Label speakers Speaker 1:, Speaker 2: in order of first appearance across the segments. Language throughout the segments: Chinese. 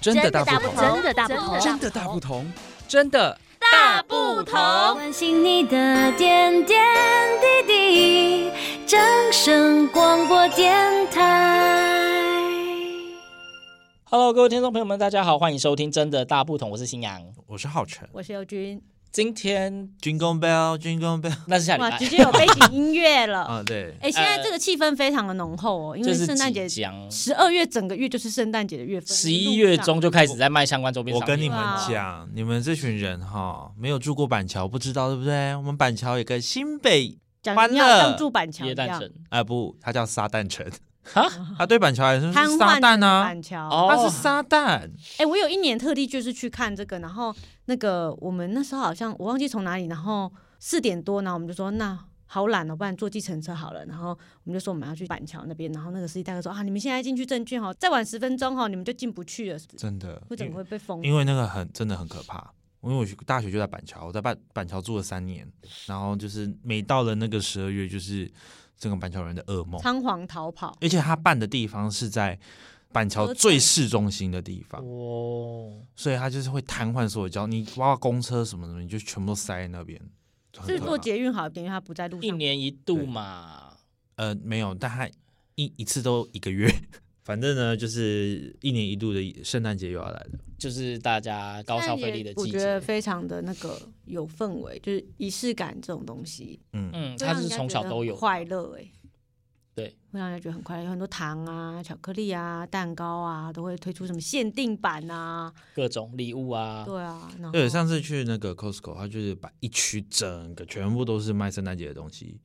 Speaker 1: 真的大不同，
Speaker 2: 不真的大不同，
Speaker 1: 真的大不同，真的
Speaker 2: 大不同。
Speaker 3: 关心你的点点滴滴，掌声广播电台。
Speaker 4: Hello，各位听众朋友们，大家好，欢迎收听《真的大不同》，我是新阳。
Speaker 5: 我是浩辰。
Speaker 2: 我是尤君，
Speaker 4: 今天
Speaker 5: Jingle Bell, Jingle Bell。
Speaker 4: 那是下礼
Speaker 2: 哇，
Speaker 4: 拜，
Speaker 2: 直接有背景音乐了。
Speaker 5: 啊，对，
Speaker 2: 哎，现在这个气氛非常的浓厚哦，因为
Speaker 4: 呃就是
Speaker 2: 圣诞节
Speaker 4: 即将
Speaker 2: 十二月整个月就是圣诞节的月份，
Speaker 4: 十一月中就开始在卖相关周边
Speaker 5: 我
Speaker 4: 商品。
Speaker 5: 跟你们
Speaker 2: 哇
Speaker 5: 讲，你们这群人哈，没有住过板桥，不知道对不对？我们板桥有个新北，
Speaker 2: 讲
Speaker 5: 欢乐
Speaker 2: 要像住板桥一
Speaker 4: 耶诞
Speaker 2: 样，
Speaker 4: 城
Speaker 5: 啊、不，它叫撒旦城，
Speaker 4: 哈，
Speaker 5: 它对板桥来说
Speaker 2: 瘫
Speaker 5: 是撒
Speaker 2: 痪的
Speaker 5: 旦啊，
Speaker 2: 板桥。
Speaker 4: 哦
Speaker 5: 它是撒旦。
Speaker 2: 哎、我有一年特地就是去看这个，然后那个我们那时候好像我忘记从哪里，然后四点多，然后我们就说那好懒哦，不然坐计程车好了。然后我们就说我们要去板桥那边，然后那个司机大哥说啊，你们现在进去证券哈，再晚十分钟哈，你们就进不去了，
Speaker 5: 真的，
Speaker 2: 或者会被封。
Speaker 4: 嗯
Speaker 5: 因为那个很真的很可怕。因为我大学就在板桥，我在板板桥住了三年，然后就是每到了那个十二月，就是整个板桥人的噩梦。
Speaker 2: 仓皇逃跑，
Speaker 5: 而且他办的地方是在板桥最市中心的地方，
Speaker 4: 哦，
Speaker 5: 所以他就是会瘫痪所有交，你包括公车什么什么，你就全部都塞在那边。很
Speaker 2: 是
Speaker 5: 可
Speaker 2: 坐
Speaker 5: 怕
Speaker 2: 捷运好一点，因为他不在路
Speaker 4: 一
Speaker 2: 上。
Speaker 4: 年一度嘛，
Speaker 5: 呃，没有，但他一一次都一个月。 反正呢，就是一年一度的圣诞节又要来了。
Speaker 4: 就是大家高消费力的
Speaker 2: 我
Speaker 4: 季
Speaker 2: 觉得
Speaker 4: 节。
Speaker 2: 非常的那个有氛围，就是仪式感这种东西，
Speaker 5: 嗯，
Speaker 4: 嗯，
Speaker 2: 啊
Speaker 4: 它是从小都有。
Speaker 2: 快乐哎、
Speaker 4: 对，
Speaker 2: 会让人觉得很快乐，有很多糖啊、巧克力啊、蛋糕啊，都会推出什么限定版啊，
Speaker 4: 各种礼物啊，
Speaker 2: 对啊，然后
Speaker 5: 对，上次去那个 Costco，他就是把一区整个全部都是卖圣诞节的东西，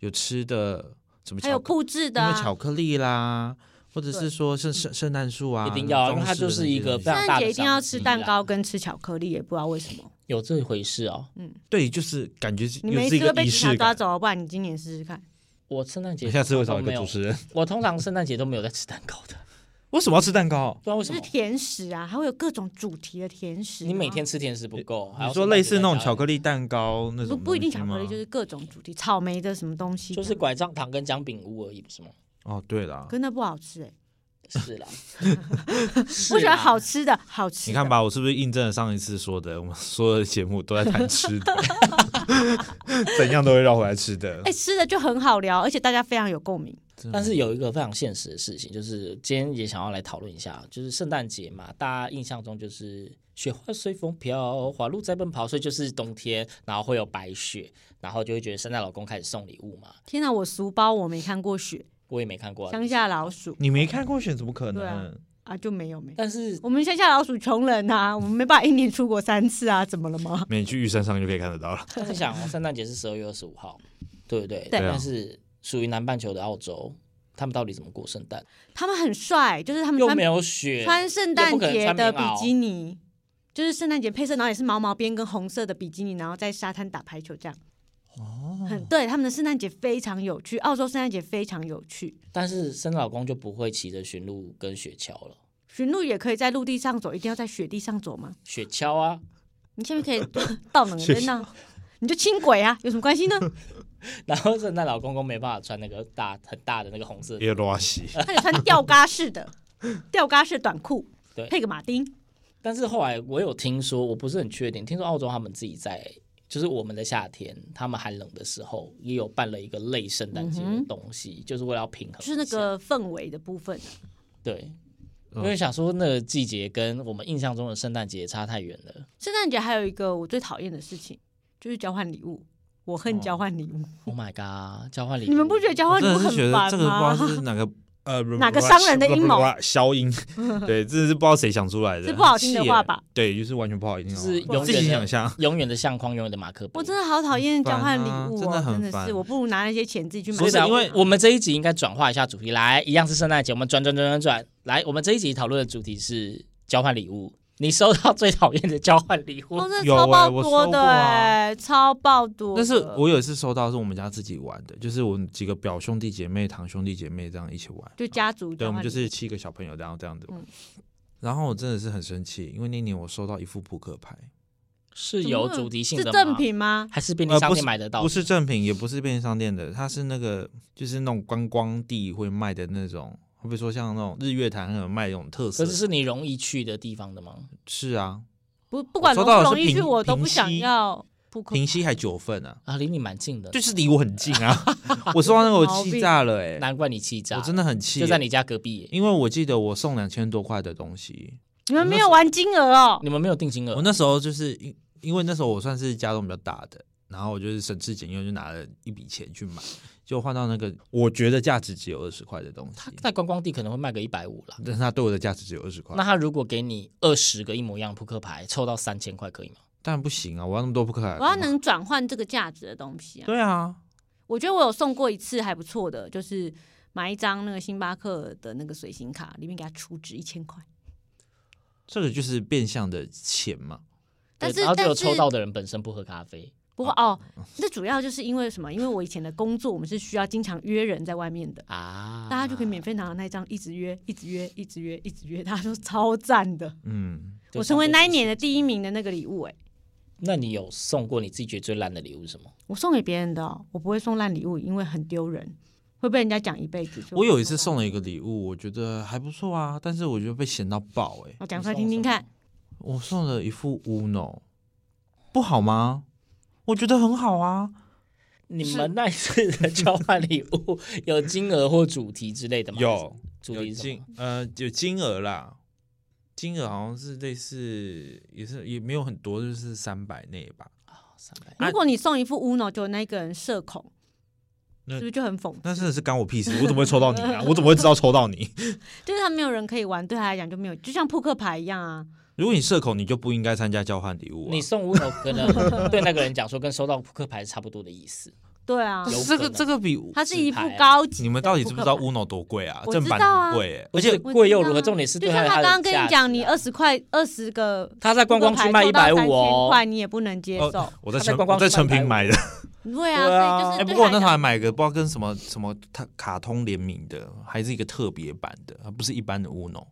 Speaker 5: 有吃的，什么
Speaker 2: 还有
Speaker 5: 巧克
Speaker 2: 布置的、
Speaker 5: 什么
Speaker 2: 啊
Speaker 5: 巧。克力啦，或者
Speaker 2: 对
Speaker 5: 是说圣圣圣诞树啊，
Speaker 4: 一定要啊，因为
Speaker 5: 装
Speaker 4: 它
Speaker 5: 饰的
Speaker 4: 就是
Speaker 5: 那些
Speaker 4: 一
Speaker 5: 东
Speaker 4: 个
Speaker 5: 西
Speaker 4: 非常
Speaker 2: 圣
Speaker 4: 大
Speaker 2: 诞
Speaker 4: 的
Speaker 2: 节一定要吃
Speaker 4: 商机啦
Speaker 2: 蛋糕，跟吃巧克力，也不知道为什么。
Speaker 4: 有这回事哦。
Speaker 5: 对，就是感觉是
Speaker 2: 你
Speaker 5: 又
Speaker 2: 没
Speaker 5: 是一
Speaker 2: 次都
Speaker 5: 个
Speaker 2: 被
Speaker 5: 仪
Speaker 2: 警察
Speaker 5: 式
Speaker 2: 抓
Speaker 5: 感。
Speaker 2: 走，不然你今年试试看。
Speaker 4: 我圣诞节
Speaker 5: 我下次会找一
Speaker 4: 没
Speaker 5: 个
Speaker 4: 有
Speaker 5: 主，持人。
Speaker 4: 我通常圣诞节都没有在吃蛋糕的，
Speaker 5: 为什么要吃蛋糕？
Speaker 4: 不知道为什
Speaker 2: 就是
Speaker 4: 么。
Speaker 2: 甜食啊，还会有各种主题的甜食啊。
Speaker 4: 你每天吃甜食不够，还
Speaker 5: 你
Speaker 4: 要
Speaker 5: 说类似那种
Speaker 4: 圣诞节在家
Speaker 5: 巧
Speaker 4: 里
Speaker 5: 克力蛋糕那
Speaker 2: 不
Speaker 5: 种？
Speaker 2: 不一定巧克力，就是各种主题，草莓的什么东西的，
Speaker 4: 就是拐杖糖跟姜饼屋而已，不 是吗？
Speaker 5: 哦，对
Speaker 4: 啊
Speaker 5: 啦
Speaker 2: 可，是那不好吃哎、
Speaker 4: 是啦，
Speaker 2: 我喜欢
Speaker 4: 啦
Speaker 2: 好吃的，好吃。
Speaker 5: 你看，吧，我是不是印证了上一次说的？我们 所有的节目都在谈吃 的，怎样都会绕回来吃的
Speaker 2: 哎、。吃的就很好聊，而且大家非常有共鸣。
Speaker 4: 但是有一个非常现实的事情，就是今天也想要来讨论一下，就是圣诞节嘛，大家印象中就是雪花随风飘，花鹿在奔跑，所以就是冬天，然后会有白雪，然后就会觉得圣诞老公开始送礼物嘛。
Speaker 2: 天哪，我俗包我没看过雪，
Speaker 4: 我也没看过啊
Speaker 2: 乡下，老鼠
Speaker 5: 你没看过选，怎么可
Speaker 2: 对啊
Speaker 5: 能？
Speaker 2: 啊就没有没。
Speaker 4: 但是
Speaker 2: 我们乡下老鼠穷人啊，我们没办法一年出国三次啊，怎么了吗？
Speaker 5: 没你去玉山上就可以看得到了。
Speaker 4: 但是想哦，圣诞节是十二月二十五号，对不对？
Speaker 2: 对
Speaker 4: 但是属于南半球的澳洲，他们到底怎么过圣诞？
Speaker 2: 他们很帅，就是他们
Speaker 4: 又
Speaker 2: 穿
Speaker 4: 没有
Speaker 2: 嗯
Speaker 4: 雪，
Speaker 2: 穿圣
Speaker 4: 又
Speaker 2: 诞
Speaker 4: 不可能
Speaker 2: 节
Speaker 4: 穿
Speaker 2: 的
Speaker 4: 棉
Speaker 2: 比
Speaker 4: 袄啊
Speaker 2: 基尼，就是圣诞节配色，然后也是毛毛边跟红色的比基尼，然后在沙滩打排球这样。哦，很对，他们的圣诞节非常有趣，澳洲圣诞节非常有趣。
Speaker 4: 但是圣诞老公就不会骑着驯鹿跟雪橇了，
Speaker 2: 驯鹿也可以在陆地上走，一定要在雪地上走吗？
Speaker 4: 雪橇啊，
Speaker 2: 你下面可以 倒冷人呐、你就轻轨啊，有什么关系呢？
Speaker 4: 然后圣诞老公公没办法穿那个大很大的那个红色的，
Speaker 5: 耶罗西，
Speaker 2: 他得穿吊嘎式的， 吊嘎式短裤，
Speaker 4: 对
Speaker 2: 配个马丁。
Speaker 4: 但是后来我有听说，我不是很确定，听说澳洲他们自己在。就是我们的夏天，他们寒冷的时候也有办了一个类圣诞节的东西，就是为了要平衡一
Speaker 2: 嗯就
Speaker 4: 下，
Speaker 2: 是那个氛围的部分啊、
Speaker 4: 对，因
Speaker 5: 嗯
Speaker 4: 为想说那个季节跟我们印象中的圣诞节差太远了。
Speaker 2: 圣诞节还有一个我最讨厌的事情，就是交换礼物。我恨交换礼物，
Speaker 4: Oh my god！交换礼物，
Speaker 2: 哦你们不觉得交
Speaker 5: 哦我
Speaker 2: 换礼
Speaker 5: 真的
Speaker 2: 物
Speaker 5: 是
Speaker 2: 很
Speaker 5: 觉得
Speaker 2: 烦
Speaker 5: 这个不知道
Speaker 2: 吗？
Speaker 5: 是哪个呃
Speaker 2: 哪个商人的阴谋
Speaker 5: 消音，对，真的是不知道谁想出来的，
Speaker 2: 是不好听的话吧
Speaker 5: 气耶？对，就是完全不好听的话，
Speaker 4: 就是永远
Speaker 5: 自己
Speaker 4: 的
Speaker 5: 想象。
Speaker 4: 永远的相框，永远的马克杯。
Speaker 2: 我真的好讨厌交换礼物、
Speaker 5: 很烦啊
Speaker 2: 哦，
Speaker 5: 真的很
Speaker 2: 真的是，
Speaker 5: 烦
Speaker 2: 我不如拿那些钱自己去买。
Speaker 5: 不是
Speaker 4: 对啊
Speaker 5: 因为
Speaker 4: 我们这一集应该转化一下主题，来，一样是圣诞节，我们转转转转转，来，我们这一集讨论的主题是交换礼物。你收到最讨厌的交换礼物
Speaker 2: 哦，真的
Speaker 5: 有欸
Speaker 2: 超爆
Speaker 5: 我
Speaker 2: 多
Speaker 5: 收过
Speaker 2: 的
Speaker 5: 啊
Speaker 2: 哎、超爆多的。
Speaker 5: 但是我有一次收到是我们家自己玩的，就是我们几个表兄弟姐妹、堂兄弟姐妹这样一起玩。
Speaker 2: 就家族
Speaker 5: 对，
Speaker 2: 交
Speaker 5: 我们
Speaker 2: 换礼
Speaker 5: 就
Speaker 2: 物，
Speaker 5: 是七个小朋友，然后这样子玩。
Speaker 2: 嗯
Speaker 5: 然后我真的是很生气，因为那年我收到一副扑克牌，
Speaker 4: 是有主题性
Speaker 2: 是
Speaker 4: 的吗
Speaker 2: 正，品吗？
Speaker 4: 还是便利
Speaker 5: 呃
Speaker 4: 商
Speaker 5: 不
Speaker 4: 店
Speaker 5: 是
Speaker 4: 买得到
Speaker 5: 不？是正品，也不是便利商店的，它是那个就是那种观光地会卖的那种会不会说像那种日月潭很有卖那种特色
Speaker 4: 可是？是你容易去的地方的吗？
Speaker 5: 是啊，
Speaker 2: 不不管
Speaker 5: 收
Speaker 2: 容
Speaker 5: 到
Speaker 2: 不
Speaker 5: 的是
Speaker 2: 容易去，
Speaker 5: 平
Speaker 2: 我都
Speaker 5: 平
Speaker 2: 不想
Speaker 5: 息
Speaker 2: 要扑克
Speaker 5: 平西还九份啊，
Speaker 4: 啊，离你蛮近的，
Speaker 5: 就是离我很近 啊。我收到那个我
Speaker 2: 毛病
Speaker 5: 气炸了哎、
Speaker 4: 难怪你气炸，
Speaker 5: 我真的很气、
Speaker 4: 就在你家隔壁耶。
Speaker 5: 因为我记得我送两千多块的东西，
Speaker 2: 你们没有玩金额哦，
Speaker 4: 你们没有定金额
Speaker 5: 我，那时候就是因因为那时候我算是家中比较大的，然后我就是省吃俭用就拿了一笔钱去买，就换到那个我觉得价值只有二十块的东
Speaker 4: 他
Speaker 5: 西，
Speaker 4: 在观光地可能会卖个一百五啦。
Speaker 5: 但是它对我的价值只有二十块
Speaker 4: 那，他如果给你二十个一模一样的扑克牌，抽到三千块可以吗？
Speaker 5: 当然不行啊！我要那么多扑克牌，
Speaker 2: 我要能转换这个价值的东西啊。
Speaker 5: 对啊，
Speaker 2: 我觉得我有送过一次还不错的，就是买一张那个星巴克的那个随行卡，里面给他储值一千块。
Speaker 5: 这个就是变相的钱嘛。
Speaker 2: 但
Speaker 4: 对
Speaker 2: 是
Speaker 4: 然后只有
Speaker 2: 但是
Speaker 4: 抽到的人本身不喝咖啡，
Speaker 2: 不过哦，那主要就是因为什么？因为我以前的工作，我们是需要经常约人在外面的，
Speaker 4: 啊，
Speaker 2: 大家就可以免费拿到那一张，一直约，一直约，一直约，一直约，大家都超赞的。
Speaker 5: 嗯，
Speaker 4: 对
Speaker 2: 我成为
Speaker 4: 像
Speaker 2: 那一
Speaker 4: 这
Speaker 2: 年的第一名的那个礼物、哎，
Speaker 4: 那你有送过你自己觉得最烂的礼物是什么？
Speaker 2: 我送给别人的哦、我不会送烂礼物，因为很丢人，会被人家讲一辈子。
Speaker 4: 啊
Speaker 2: 哦所以
Speaker 5: 我有一次
Speaker 2: 不烂
Speaker 5: 送了一个礼物，我觉得还不错啊，但是我觉得被嫌到爆哎、
Speaker 4: 嗯
Speaker 2: 我讲出来听听看，
Speaker 5: 我送了一副 Uno，不好吗？我觉得很好啊，
Speaker 4: 你们那一次的交换礼 物有金额或主题之类的吗？主
Speaker 5: 有
Speaker 4: 题是什
Speaker 5: 金
Speaker 4: 么？
Speaker 5: 呃有金额啦，金额好像是类似也是也没有很多，就是三百内吧。啊
Speaker 4: 三百
Speaker 2: 如果你送一副 Uno，就那个人社恐，
Speaker 5: 那
Speaker 2: 是不是就很讽
Speaker 5: 那真的是干我屁事，我怎么会抽到你啊？我怎么会知道抽到你？
Speaker 2: 就是他没有人可以玩，对他来讲就没有，就像扑克牌一样啊。
Speaker 5: 如果你社恐，你就不应该参加交换礼物、啊。
Speaker 4: 你送 Uno 可能对那个人讲说跟收到扑克牌是差不多的意思，
Speaker 2: 对啊
Speaker 5: 但，
Speaker 4: 有
Speaker 5: 是这
Speaker 4: 可
Speaker 5: 个
Speaker 4: 能
Speaker 5: 这个比
Speaker 2: 它是一副
Speaker 4: 纸牌啊
Speaker 2: 高级的
Speaker 5: 你们到底知不知道
Speaker 2: 扑克牌
Speaker 5: Uno 多贵啊？
Speaker 2: 我知
Speaker 5: 正
Speaker 2: 道啊
Speaker 5: 版很贵、欸，
Speaker 4: 而且
Speaker 2: 我
Speaker 4: 贵又
Speaker 2: 知道
Speaker 4: 如何？
Speaker 2: 啊
Speaker 4: 重点是对
Speaker 2: 就像
Speaker 4: 它
Speaker 2: 他
Speaker 4: 的
Speaker 2: 刚刚跟
Speaker 4: 价
Speaker 2: 你
Speaker 4: 值
Speaker 2: 讲，你
Speaker 4: 啊
Speaker 2: 二十块二十个
Speaker 4: 他在观光区卖一
Speaker 2: 扑克牌
Speaker 4: 百
Speaker 2: 抽
Speaker 4: 五
Speaker 2: 到3000
Speaker 4: 哦，
Speaker 2: 块你也不能接
Speaker 5: 哦
Speaker 2: 受。
Speaker 5: 我在
Speaker 4: 他在
Speaker 5: 成
Speaker 4: 观光
Speaker 5: 我在
Speaker 4: 区
Speaker 5: 成
Speaker 4: 买
Speaker 5: 品买 的。
Speaker 2: 对
Speaker 4: 对啊
Speaker 2: 啊，所以就是
Speaker 5: 哎、
Speaker 2: 对
Speaker 5: 不过我
Speaker 2: 他来
Speaker 5: 那时候还
Speaker 2: 讲
Speaker 5: 买一个不知道跟什么什么它卡通联名的，还是一个特别版的，它不是一般的 Uno。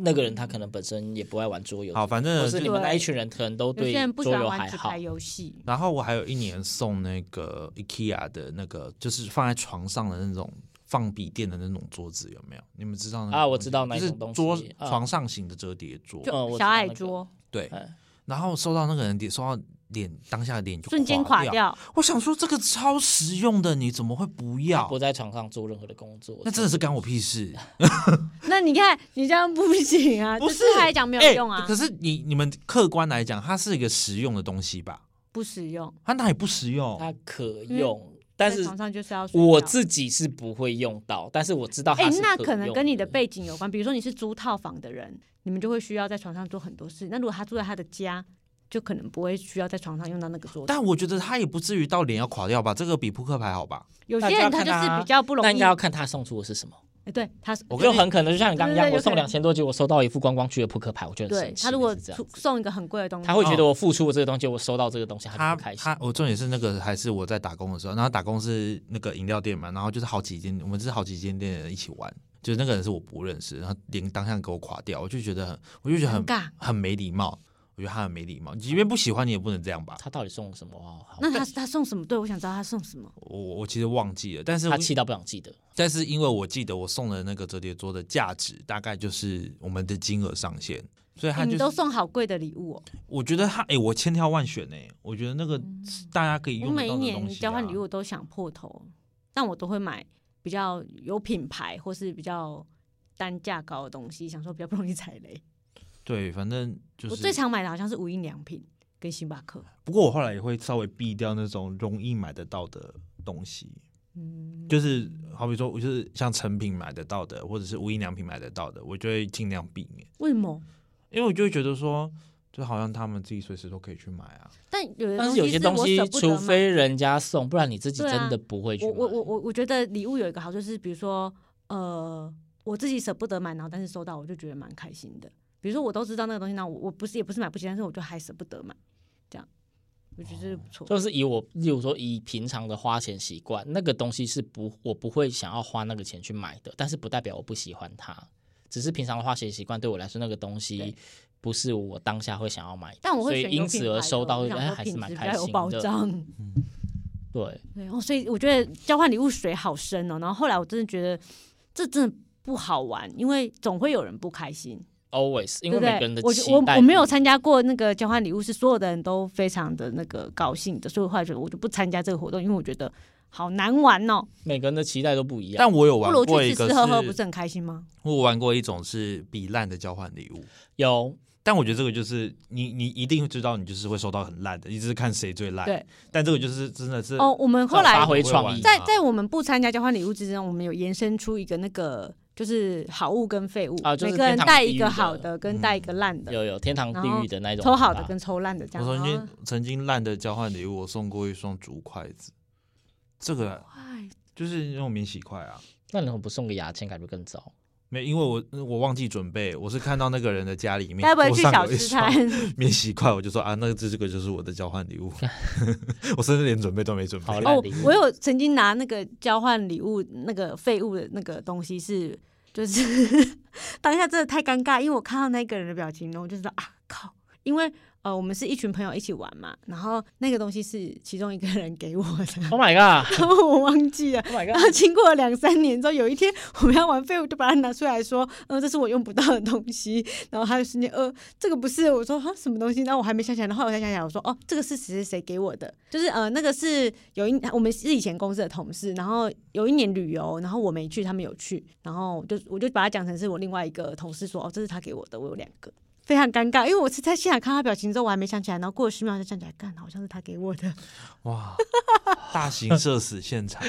Speaker 4: 那个人他可能本身也不爱玩桌游，
Speaker 5: 好，反正
Speaker 4: 或是你们那一群人可能都
Speaker 2: 有
Speaker 4: 对
Speaker 2: 些人不喜
Speaker 4: 桌
Speaker 2: 欢
Speaker 4: 游还
Speaker 2: 玩纸
Speaker 4: 好
Speaker 2: 牌。游戏，
Speaker 5: 然后我还有一年送那个 IKEA 的那个，就是放在床上的那种放笔电的那种桌子，有没有？你们知道那个
Speaker 4: 啊
Speaker 5: 东西
Speaker 4: 我知道那
Speaker 5: 就是
Speaker 4: 种东西
Speaker 5: 桌
Speaker 4: 啊
Speaker 5: 床上型的折叠桌。
Speaker 4: 嗯我
Speaker 2: 就
Speaker 4: 知道
Speaker 2: 小矮
Speaker 4: 那个
Speaker 2: 桌
Speaker 5: 对
Speaker 4: 哎，
Speaker 5: 然后收到那个人脸，收到脸当下的脸就
Speaker 2: 瞬间垮
Speaker 5: 垮。
Speaker 2: 掉。
Speaker 5: 我想说这个超实用的，你怎么会不要
Speaker 4: 啊不？在床上做任何的工作，
Speaker 5: 那真的是干我屁事。
Speaker 2: 那你看你这样不行 啊，
Speaker 5: 不
Speaker 2: 这
Speaker 5: 是
Speaker 2: 对他来讲没有用
Speaker 5: 哎
Speaker 2: 啊
Speaker 5: 可，是你你们客观来讲，它是一个实用的东西吧？
Speaker 2: 不实用。
Speaker 5: 它哪里不实用？
Speaker 4: 它可用，但
Speaker 2: 在
Speaker 4: 是
Speaker 2: 床上就是要睡
Speaker 4: 我
Speaker 2: 觉
Speaker 4: 自己是不会用到，但是我知道
Speaker 2: 哎、
Speaker 4: 它是
Speaker 2: 那
Speaker 4: 可
Speaker 2: 可能
Speaker 4: 用
Speaker 2: 跟你的
Speaker 4: 的
Speaker 2: 背景有关，比如说你是租套房的人，你们就会需要在床上做很多事。那如果他住在他的家，就可能不会需要在床上用到那个桌子。
Speaker 5: 但我觉得它也不至于到脸要垮掉吧？这个比扑克牌好吧？
Speaker 2: 有
Speaker 4: 那
Speaker 2: 些
Speaker 4: 就要
Speaker 2: 人他
Speaker 4: 看
Speaker 2: 就是
Speaker 4: 他
Speaker 2: 比较不容
Speaker 4: 那应
Speaker 2: 易，
Speaker 4: 该要看他送出的是什么。
Speaker 2: 哎对他是，
Speaker 4: 我就很可能就像你刚刚一样，
Speaker 2: 对对对
Speaker 4: 我送
Speaker 2: 有可能
Speaker 4: 两千多，结果收到一副观光区的扑克牌，我就很
Speaker 2: 对
Speaker 4: 生气。
Speaker 2: 他如果
Speaker 4: 类似这
Speaker 2: 出
Speaker 4: 样子，
Speaker 2: 送一个很贵的东西，
Speaker 4: 他会觉得我付出了这个东西，我收到这个东西，他
Speaker 5: 哦他
Speaker 4: 就不开心
Speaker 5: 他。我重点是那个还是我在打工的时候，然后打工是那个饮料店嘛，然后就是好几间，我们是好几间店的人一起玩，就是那个人是我不认识，然后连当下给我垮掉，我就觉得很，我就觉得很
Speaker 2: 尴尬
Speaker 5: 很没礼貌，我觉得他很没礼貌，即便不喜欢你也不能这样吧。
Speaker 4: 他到底送了什么？哇，好
Speaker 2: 那他他送什么？对我想知道他送什么。
Speaker 5: 我我其实忘记了，但是
Speaker 4: 他气到不想记得。
Speaker 5: 但是因为我记得我送的那个折叠桌的价值大概就是我们的金额上限，所以
Speaker 2: 哎
Speaker 5: 他
Speaker 2: 你
Speaker 5: 就
Speaker 2: 都
Speaker 5: 是
Speaker 2: 送好贵的礼物哦！
Speaker 5: 我觉得他哎、我千挑万选哎、我觉得那个是大家可以
Speaker 2: 嗯我
Speaker 5: 用得
Speaker 2: 每一
Speaker 5: 到的
Speaker 2: 年
Speaker 5: 东西、啊。
Speaker 2: 交换礼物都想破头，但我都会买比较有品牌或是比较单价高的东西，想说比较不容易踩雷。
Speaker 5: 对，反正就是
Speaker 2: 我最常买的好像是无印良品跟星巴克。
Speaker 5: 不过我后来也会稍微避掉那种容易买得到的东西，
Speaker 2: 嗯，
Speaker 5: 就是好比说，我就是像成品买得到的，或者是无印良品买得到的，我就会尽量避免，
Speaker 2: 为什么？
Speaker 5: 因为我就会觉得说，就好像他们自己随时都可以去买啊。
Speaker 2: 但有的
Speaker 4: 但
Speaker 2: 东
Speaker 4: 是
Speaker 2: 西
Speaker 4: 有些
Speaker 2: 是我
Speaker 4: 东西
Speaker 2: 舍，不得
Speaker 4: 除
Speaker 2: 买
Speaker 4: 非人家送，不然你自己
Speaker 2: 对啊
Speaker 4: 真的不会去
Speaker 2: 我
Speaker 4: 买。
Speaker 2: 我我我我觉得礼物有一个好处是，比如说呃，我自己舍不得买，然后但是收到我就觉得蛮开心的。比如说我都知道那个东西，那我我不是也不是买不起，但是我就还舍不得买，这样我觉得是不错。
Speaker 4: 就是以我，例如说以平常的花钱习惯，那个东西是不，我不会想要花那个钱去买的，但是不代表我不喜欢它，只是平常的花钱习惯对我来说，那个东西
Speaker 2: 对
Speaker 4: 不是我当下会想要买的，
Speaker 2: 但我
Speaker 4: 所
Speaker 2: 会
Speaker 4: 以
Speaker 2: 选有
Speaker 4: 因
Speaker 2: 品
Speaker 4: 此而
Speaker 2: 牌的
Speaker 4: 收到
Speaker 2: 我
Speaker 4: 的，
Speaker 2: 想
Speaker 4: 哎，
Speaker 2: 说
Speaker 4: 还是
Speaker 2: 品
Speaker 4: 蛮
Speaker 2: 质比
Speaker 4: 开
Speaker 2: 较有
Speaker 4: 心
Speaker 2: 保
Speaker 4: 的。
Speaker 2: 障。
Speaker 4: 对，
Speaker 2: 对哦，所以我觉得交换礼物水好深哦。然后后来我真的觉得这真的不好玩，因为总会有人不开心，
Speaker 4: always，因
Speaker 2: 对
Speaker 4: 为
Speaker 2: 不
Speaker 4: 每个人
Speaker 2: 对
Speaker 4: 的？
Speaker 2: 我
Speaker 4: 期
Speaker 2: 我
Speaker 4: 待
Speaker 2: 我没
Speaker 4: 不
Speaker 2: 有
Speaker 4: 一
Speaker 2: 参加过那个交换礼物，是所有的人都非常的那个高兴的，所以后来就我就不参加这个活动，因为我觉得好难玩哦。
Speaker 4: 每个人的期待都不一样。
Speaker 5: 但我有
Speaker 2: 不
Speaker 5: 玩
Speaker 2: 如
Speaker 5: 过
Speaker 2: 去
Speaker 5: 一
Speaker 2: 吃
Speaker 5: 个
Speaker 2: 吃喝喝，不是很开心吗？
Speaker 5: 我玩过一种是比烂的交换礼物，
Speaker 4: 有
Speaker 5: 但我觉得这个就是你你一定知道你就是会收到很烂的，你只是看谁最烂。
Speaker 2: 对，
Speaker 5: 但这个就是真的是
Speaker 2: 哦，我们后
Speaker 4: 发
Speaker 2: 来
Speaker 4: 挥创意
Speaker 5: 我，
Speaker 2: 在
Speaker 5: 啊
Speaker 2: 在我们不参加交换礼物之中，我们有延伸出一个那个就是好物跟废物，
Speaker 4: 啊就是
Speaker 2: 每个人
Speaker 4: 天堂
Speaker 2: 带
Speaker 4: 地
Speaker 2: 一
Speaker 4: 狱
Speaker 2: 个
Speaker 4: 的
Speaker 2: 好的跟带一个烂的，
Speaker 4: 嗯有有啊天堂地狱的那种
Speaker 2: 抽好的
Speaker 4: 吧
Speaker 2: 跟抽烂的这
Speaker 5: 我
Speaker 2: 样。哦
Speaker 5: 曾
Speaker 2: 然
Speaker 5: 经
Speaker 2: 后
Speaker 5: 曾经烂的交换礼物，我送过一双竹筷子，这个就是那种免洗筷啊。
Speaker 4: 那你怎么不送个牙签，感觉更糟？
Speaker 5: 没，因为我我忘记准备，我是看到那个人的家里面，
Speaker 2: 该不会
Speaker 5: 我
Speaker 2: 去
Speaker 5: 上
Speaker 2: 小
Speaker 5: 有一
Speaker 2: 吃
Speaker 5: 双
Speaker 2: 摊？
Speaker 5: 免洗筷，我就说啊，那这这个就是我的交换礼 物，我甚至连准备都没准备。
Speaker 4: 好烂
Speaker 2: 哦
Speaker 4: 礼物，
Speaker 2: 我有曾经拿那个交换礼物那个废物的那个东西是，就是 当下真的太尴尬，因为我看到那个人的表情，然后我就知道啊靠，因为呃我们是一群朋友一起玩嘛，然后那个东西是其中一个人给我的，
Speaker 4: Oh my god！Oh
Speaker 2: 然后 我忘记了。
Speaker 4: my
Speaker 2: 然
Speaker 4: god！
Speaker 2: 后经过了两三年之后，有一天我们要玩废物，就把它拿出来说，嗯、这是我用不到的东西。然后他就瞬间，呃，这个不是，我说哈什么东西？然后我还没想起来，然后我才想起来，我说哦，这个是谁谁谁给我的，就是呃那个是有一我们是以前公司的同事，然后有一年旅游，然后我没去，他们有去，然后我就我就把它讲成是我另外一个同事说，哦，这是他给我的，我有两个。非常尴尬，因为我是在现场看他表情之后，我还没想起来，然后过了十秒就想起来，干，好像是他给我 的。
Speaker 5: 哇，大型社死现 场，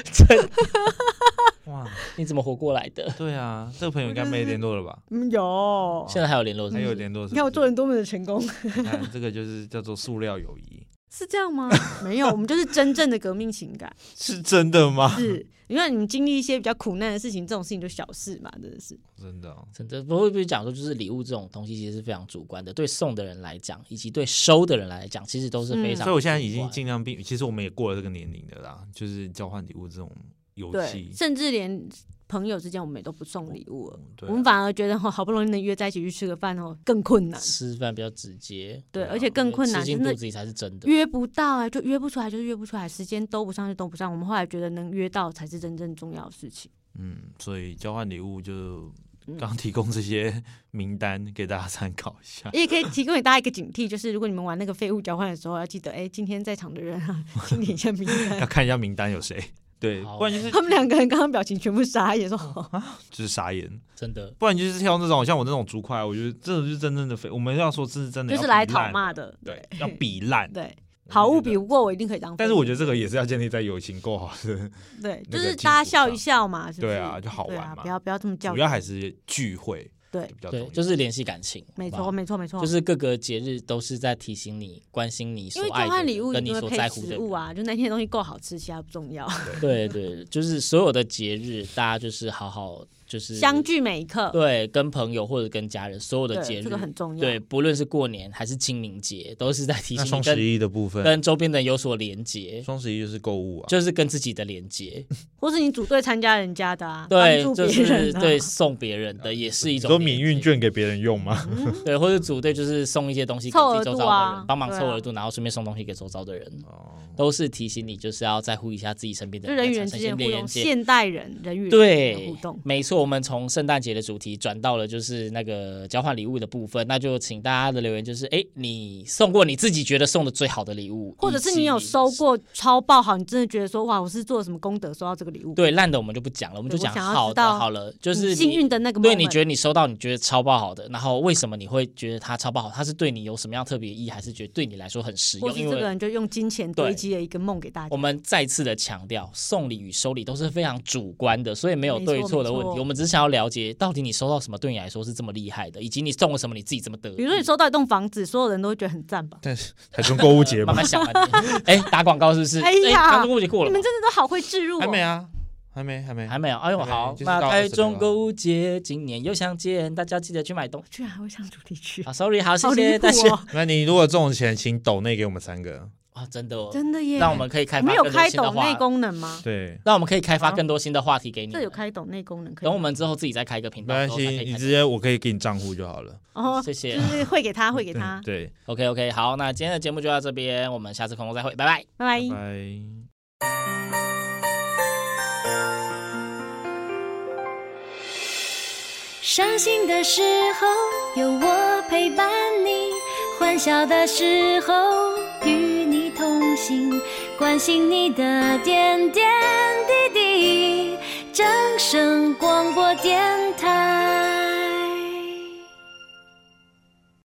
Speaker 5: 哇，
Speaker 4: 你怎么活过来
Speaker 2: 哦
Speaker 4: 的？
Speaker 5: 对啊，这个朋友应该没联络了吧？
Speaker 2: 嗯，有，
Speaker 4: 现在还有联络是
Speaker 5: 还
Speaker 4: 不是？
Speaker 5: 有联络是
Speaker 2: 你
Speaker 5: 不是
Speaker 2: 看我嗯做人多么的成功。
Speaker 5: 你看这个就是叫做塑料友谊，
Speaker 2: 是这样吗？没有，我们就是真正的革命情 感。
Speaker 5: 是真的 吗？
Speaker 2: 是，因为你们经历一些比较苦难的事情，这种事情就小事嘛，真 的是。
Speaker 5: 真的哦、
Speaker 4: 真的，不会不会讲说，就是礼物这种东西其实是非常主观的，对送的人来讲，以及对收的人来讲，其实都是非常主观、
Speaker 5: 嗯所以我现在已经尽量避，其实我们也过了这个年龄的啦，就是交换礼物这种游
Speaker 2: 对，
Speaker 5: 戏，
Speaker 2: 甚至连朋友之间我们也都不送礼物了，
Speaker 5: 对啊
Speaker 2: 我们反而觉得哦，好不容易能约在一起去吃个饭哦，更困难。
Speaker 4: 吃饭比较直接，
Speaker 2: 对，
Speaker 5: 对啊
Speaker 2: 而且更困难，
Speaker 4: 吃进
Speaker 2: 真
Speaker 4: 肚
Speaker 2: 的
Speaker 4: 子里才是真的。
Speaker 2: 约不到哎、就约不出来，就是约不出来，时间兜不上就兜不上。我们后来觉得能约到才是真正重要的 事情。
Speaker 5: 嗯，所以交换礼物就刚提供这些名单给大家参考一下。
Speaker 2: 也可以提供给大家一个警惕，就是如果你们玩那个废物交换的时候，要记得，哎、今天在场的人啊， 清理一下名 单
Speaker 5: 要。看一下名单有谁。对，
Speaker 4: 好
Speaker 5: 不然就是
Speaker 2: 他们两个人刚刚表情全部傻眼，说
Speaker 4: 嗯
Speaker 2: 哦
Speaker 5: 就是傻眼，
Speaker 4: 真的，
Speaker 5: 不然就是挑那种像我那种竹筷，我觉得这种就是真正的非，我们要说这是真的，
Speaker 2: 就是来讨，骂的，
Speaker 5: 对，要比烂。
Speaker 2: 对，
Speaker 5: 我
Speaker 2: 好
Speaker 5: 觉
Speaker 2: 物
Speaker 5: 得
Speaker 2: 比不过我一定可以当。
Speaker 5: 但是我觉得这个也是要建立在友情够好的，
Speaker 2: 得对，
Speaker 5: 那
Speaker 2: 就
Speaker 5: 个
Speaker 2: 是
Speaker 5: 基
Speaker 2: 大家
Speaker 5: 础
Speaker 2: 笑一
Speaker 5: 上
Speaker 2: 笑嘛，是不是？
Speaker 5: 对啊就好
Speaker 2: 对
Speaker 5: 玩
Speaker 2: 啊
Speaker 5: 嘛
Speaker 2: 不要不要这么较
Speaker 5: 主要还是聚会
Speaker 2: 对
Speaker 5: 比较重
Speaker 4: 对
Speaker 5: 要，，
Speaker 4: 就是联系感情，
Speaker 2: 没
Speaker 4: 好
Speaker 2: 错
Speaker 4: 不好
Speaker 2: 没错没错，
Speaker 4: 就是各个节日都是在提醒你、关心你所
Speaker 2: 因为
Speaker 4: 爱
Speaker 2: 交
Speaker 4: 的
Speaker 2: 换
Speaker 4: 人
Speaker 2: 礼物一
Speaker 4: 跟你
Speaker 2: 定
Speaker 4: 所
Speaker 2: 会
Speaker 4: 在
Speaker 2: 配
Speaker 4: 乎的
Speaker 2: 食
Speaker 4: 人
Speaker 2: 物啊，就那天的东西够好吃，其他不重要。
Speaker 4: 对对，就是所有的节日，大家就是好好就是
Speaker 2: 相，聚每一刻，
Speaker 4: 对，跟朋友或者跟家人，所有的节
Speaker 2: 对，
Speaker 4: 日，
Speaker 2: 这个很重要。
Speaker 4: 对，不论是过年还是清明节，都是在提
Speaker 5: 那
Speaker 4: 醒你
Speaker 5: 双十
Speaker 4: 跟
Speaker 5: 一的部分，
Speaker 4: 跟周边的人有所连接，
Speaker 5: 双十一就是购物啊，
Speaker 4: 就是跟自己的连接。
Speaker 2: 或是你组队参加人家的啊，
Speaker 4: 对，
Speaker 2: 帮助
Speaker 4: 就
Speaker 2: 别
Speaker 4: 是
Speaker 2: 人啊，
Speaker 4: 对送别人的也是一
Speaker 5: 你
Speaker 4: 种
Speaker 5: 说
Speaker 4: 连
Speaker 5: 免运
Speaker 4: 接，
Speaker 5: 券给别人用吗？
Speaker 4: 对，或者组队就是送一些东西给
Speaker 2: 凑
Speaker 4: 自己
Speaker 2: 额
Speaker 4: 周
Speaker 2: 度
Speaker 4: 遭的
Speaker 2: 啊
Speaker 4: 人，帮忙
Speaker 2: 对
Speaker 4: 凑
Speaker 2: 啊
Speaker 4: 额度，然后顺便送东西给周遭的人，
Speaker 5: 哦，
Speaker 4: 都是提醒你就是要在乎一下自己身边的
Speaker 2: 就人与人
Speaker 4: 产
Speaker 2: 之
Speaker 4: 生
Speaker 2: 间的
Speaker 4: 一些
Speaker 2: 互
Speaker 4: 连
Speaker 2: 动，
Speaker 4: 接。
Speaker 2: 现代人人与人之间的
Speaker 4: 对
Speaker 2: 互动，。
Speaker 4: 没错，我们从圣诞节的主题转到了就是那个交换礼物的部分，那就请大家的留言就是，哎，你送过你自己觉得送的最好的礼物，
Speaker 2: 或者是你有
Speaker 4: 以及
Speaker 2: 收过超爆好，你真的觉得说哇，我是做了什么功德收到这个礼物？
Speaker 4: 对烂的我们就不讲了，我们就
Speaker 2: 对我
Speaker 4: 讲
Speaker 2: 想要
Speaker 4: 好
Speaker 2: 知
Speaker 4: 的
Speaker 2: 道
Speaker 4: 好了，就
Speaker 2: 你
Speaker 4: 是
Speaker 2: 幸
Speaker 4: 你
Speaker 2: 运的那个 moment，
Speaker 4: 对，你觉得你收到，你觉得超爆好的，然后为什么你会觉得它超爆好？它是对你有什么样特别意义，还是觉得对你来说很实
Speaker 2: 或
Speaker 4: 用？
Speaker 2: 是
Speaker 4: 因
Speaker 2: 这个
Speaker 4: 为
Speaker 2: 人就用金钱
Speaker 4: 对
Speaker 2: 堆积了一个梦给大家。
Speaker 4: 我们再次的强调，送礼与收礼都是非常主观的，所以没有
Speaker 2: 没
Speaker 4: 对
Speaker 2: 错
Speaker 4: 错的
Speaker 2: 没
Speaker 4: 问题。
Speaker 2: 错
Speaker 4: 我们只是想要了解，到底你收到什么对你来说是这么厉害的，以及你送了什么你自己这么得意。
Speaker 2: 比如说你收到一栋房子，所有人都会觉得很赞吧？
Speaker 5: 但是台中购物节
Speaker 4: 慢
Speaker 5: 嘛，
Speaker 4: 慢想啊你，哎，打广告是不是？
Speaker 2: 哎呀
Speaker 4: 台中购物节过
Speaker 2: 你
Speaker 4: 了
Speaker 2: 们
Speaker 4: 吗。
Speaker 2: 真的都好会置入、哦，
Speaker 5: 还没啊，还没，还没，
Speaker 4: 还没有，哎呦
Speaker 5: 还没
Speaker 4: 好
Speaker 5: 就，是
Speaker 4: 那
Speaker 5: 到
Speaker 4: 台
Speaker 5: 26
Speaker 4: 中
Speaker 5: 号
Speaker 4: 购物节今年又相见，大家记得去买东西。
Speaker 2: 居然还会上主题曲，
Speaker 4: 好，sorry，好，谢
Speaker 2: 好离谱
Speaker 4: 谢大家。
Speaker 2: 哦！
Speaker 5: 那你如果中钱，请抖内给我们三个。
Speaker 4: 啊，真的哦，
Speaker 2: 真的耶，
Speaker 4: 让我们可以开
Speaker 2: 我们
Speaker 4: 发
Speaker 2: 有
Speaker 4: 更多
Speaker 2: 开
Speaker 4: 新的
Speaker 2: 懂
Speaker 4: 话
Speaker 2: 内功能吗？
Speaker 5: 对，
Speaker 4: 让我们可以开发更多新的话题给你
Speaker 2: 这
Speaker 4: 们。
Speaker 2: 有开懂内功能可以吗，
Speaker 4: 等我们之后自己再开一个频
Speaker 5: 没
Speaker 4: 道的
Speaker 5: 关
Speaker 4: 时候才
Speaker 5: 系
Speaker 4: 可以开，
Speaker 5: 你
Speaker 4: 频道，
Speaker 5: 直接我可以给你账户就好了。
Speaker 2: 哦，就
Speaker 4: 谢谢。
Speaker 2: 是会给他，会给他，
Speaker 5: 对，
Speaker 4: OK OK，好，那今天的节目就到这边，我们下次空中再会，拜拜。
Speaker 2: 拜拜
Speaker 5: 拜。拜。
Speaker 3: 伤心的时候有我陪伴你，欢笑的时候与你同行，关心你的点点滴滴。掌声广播电台。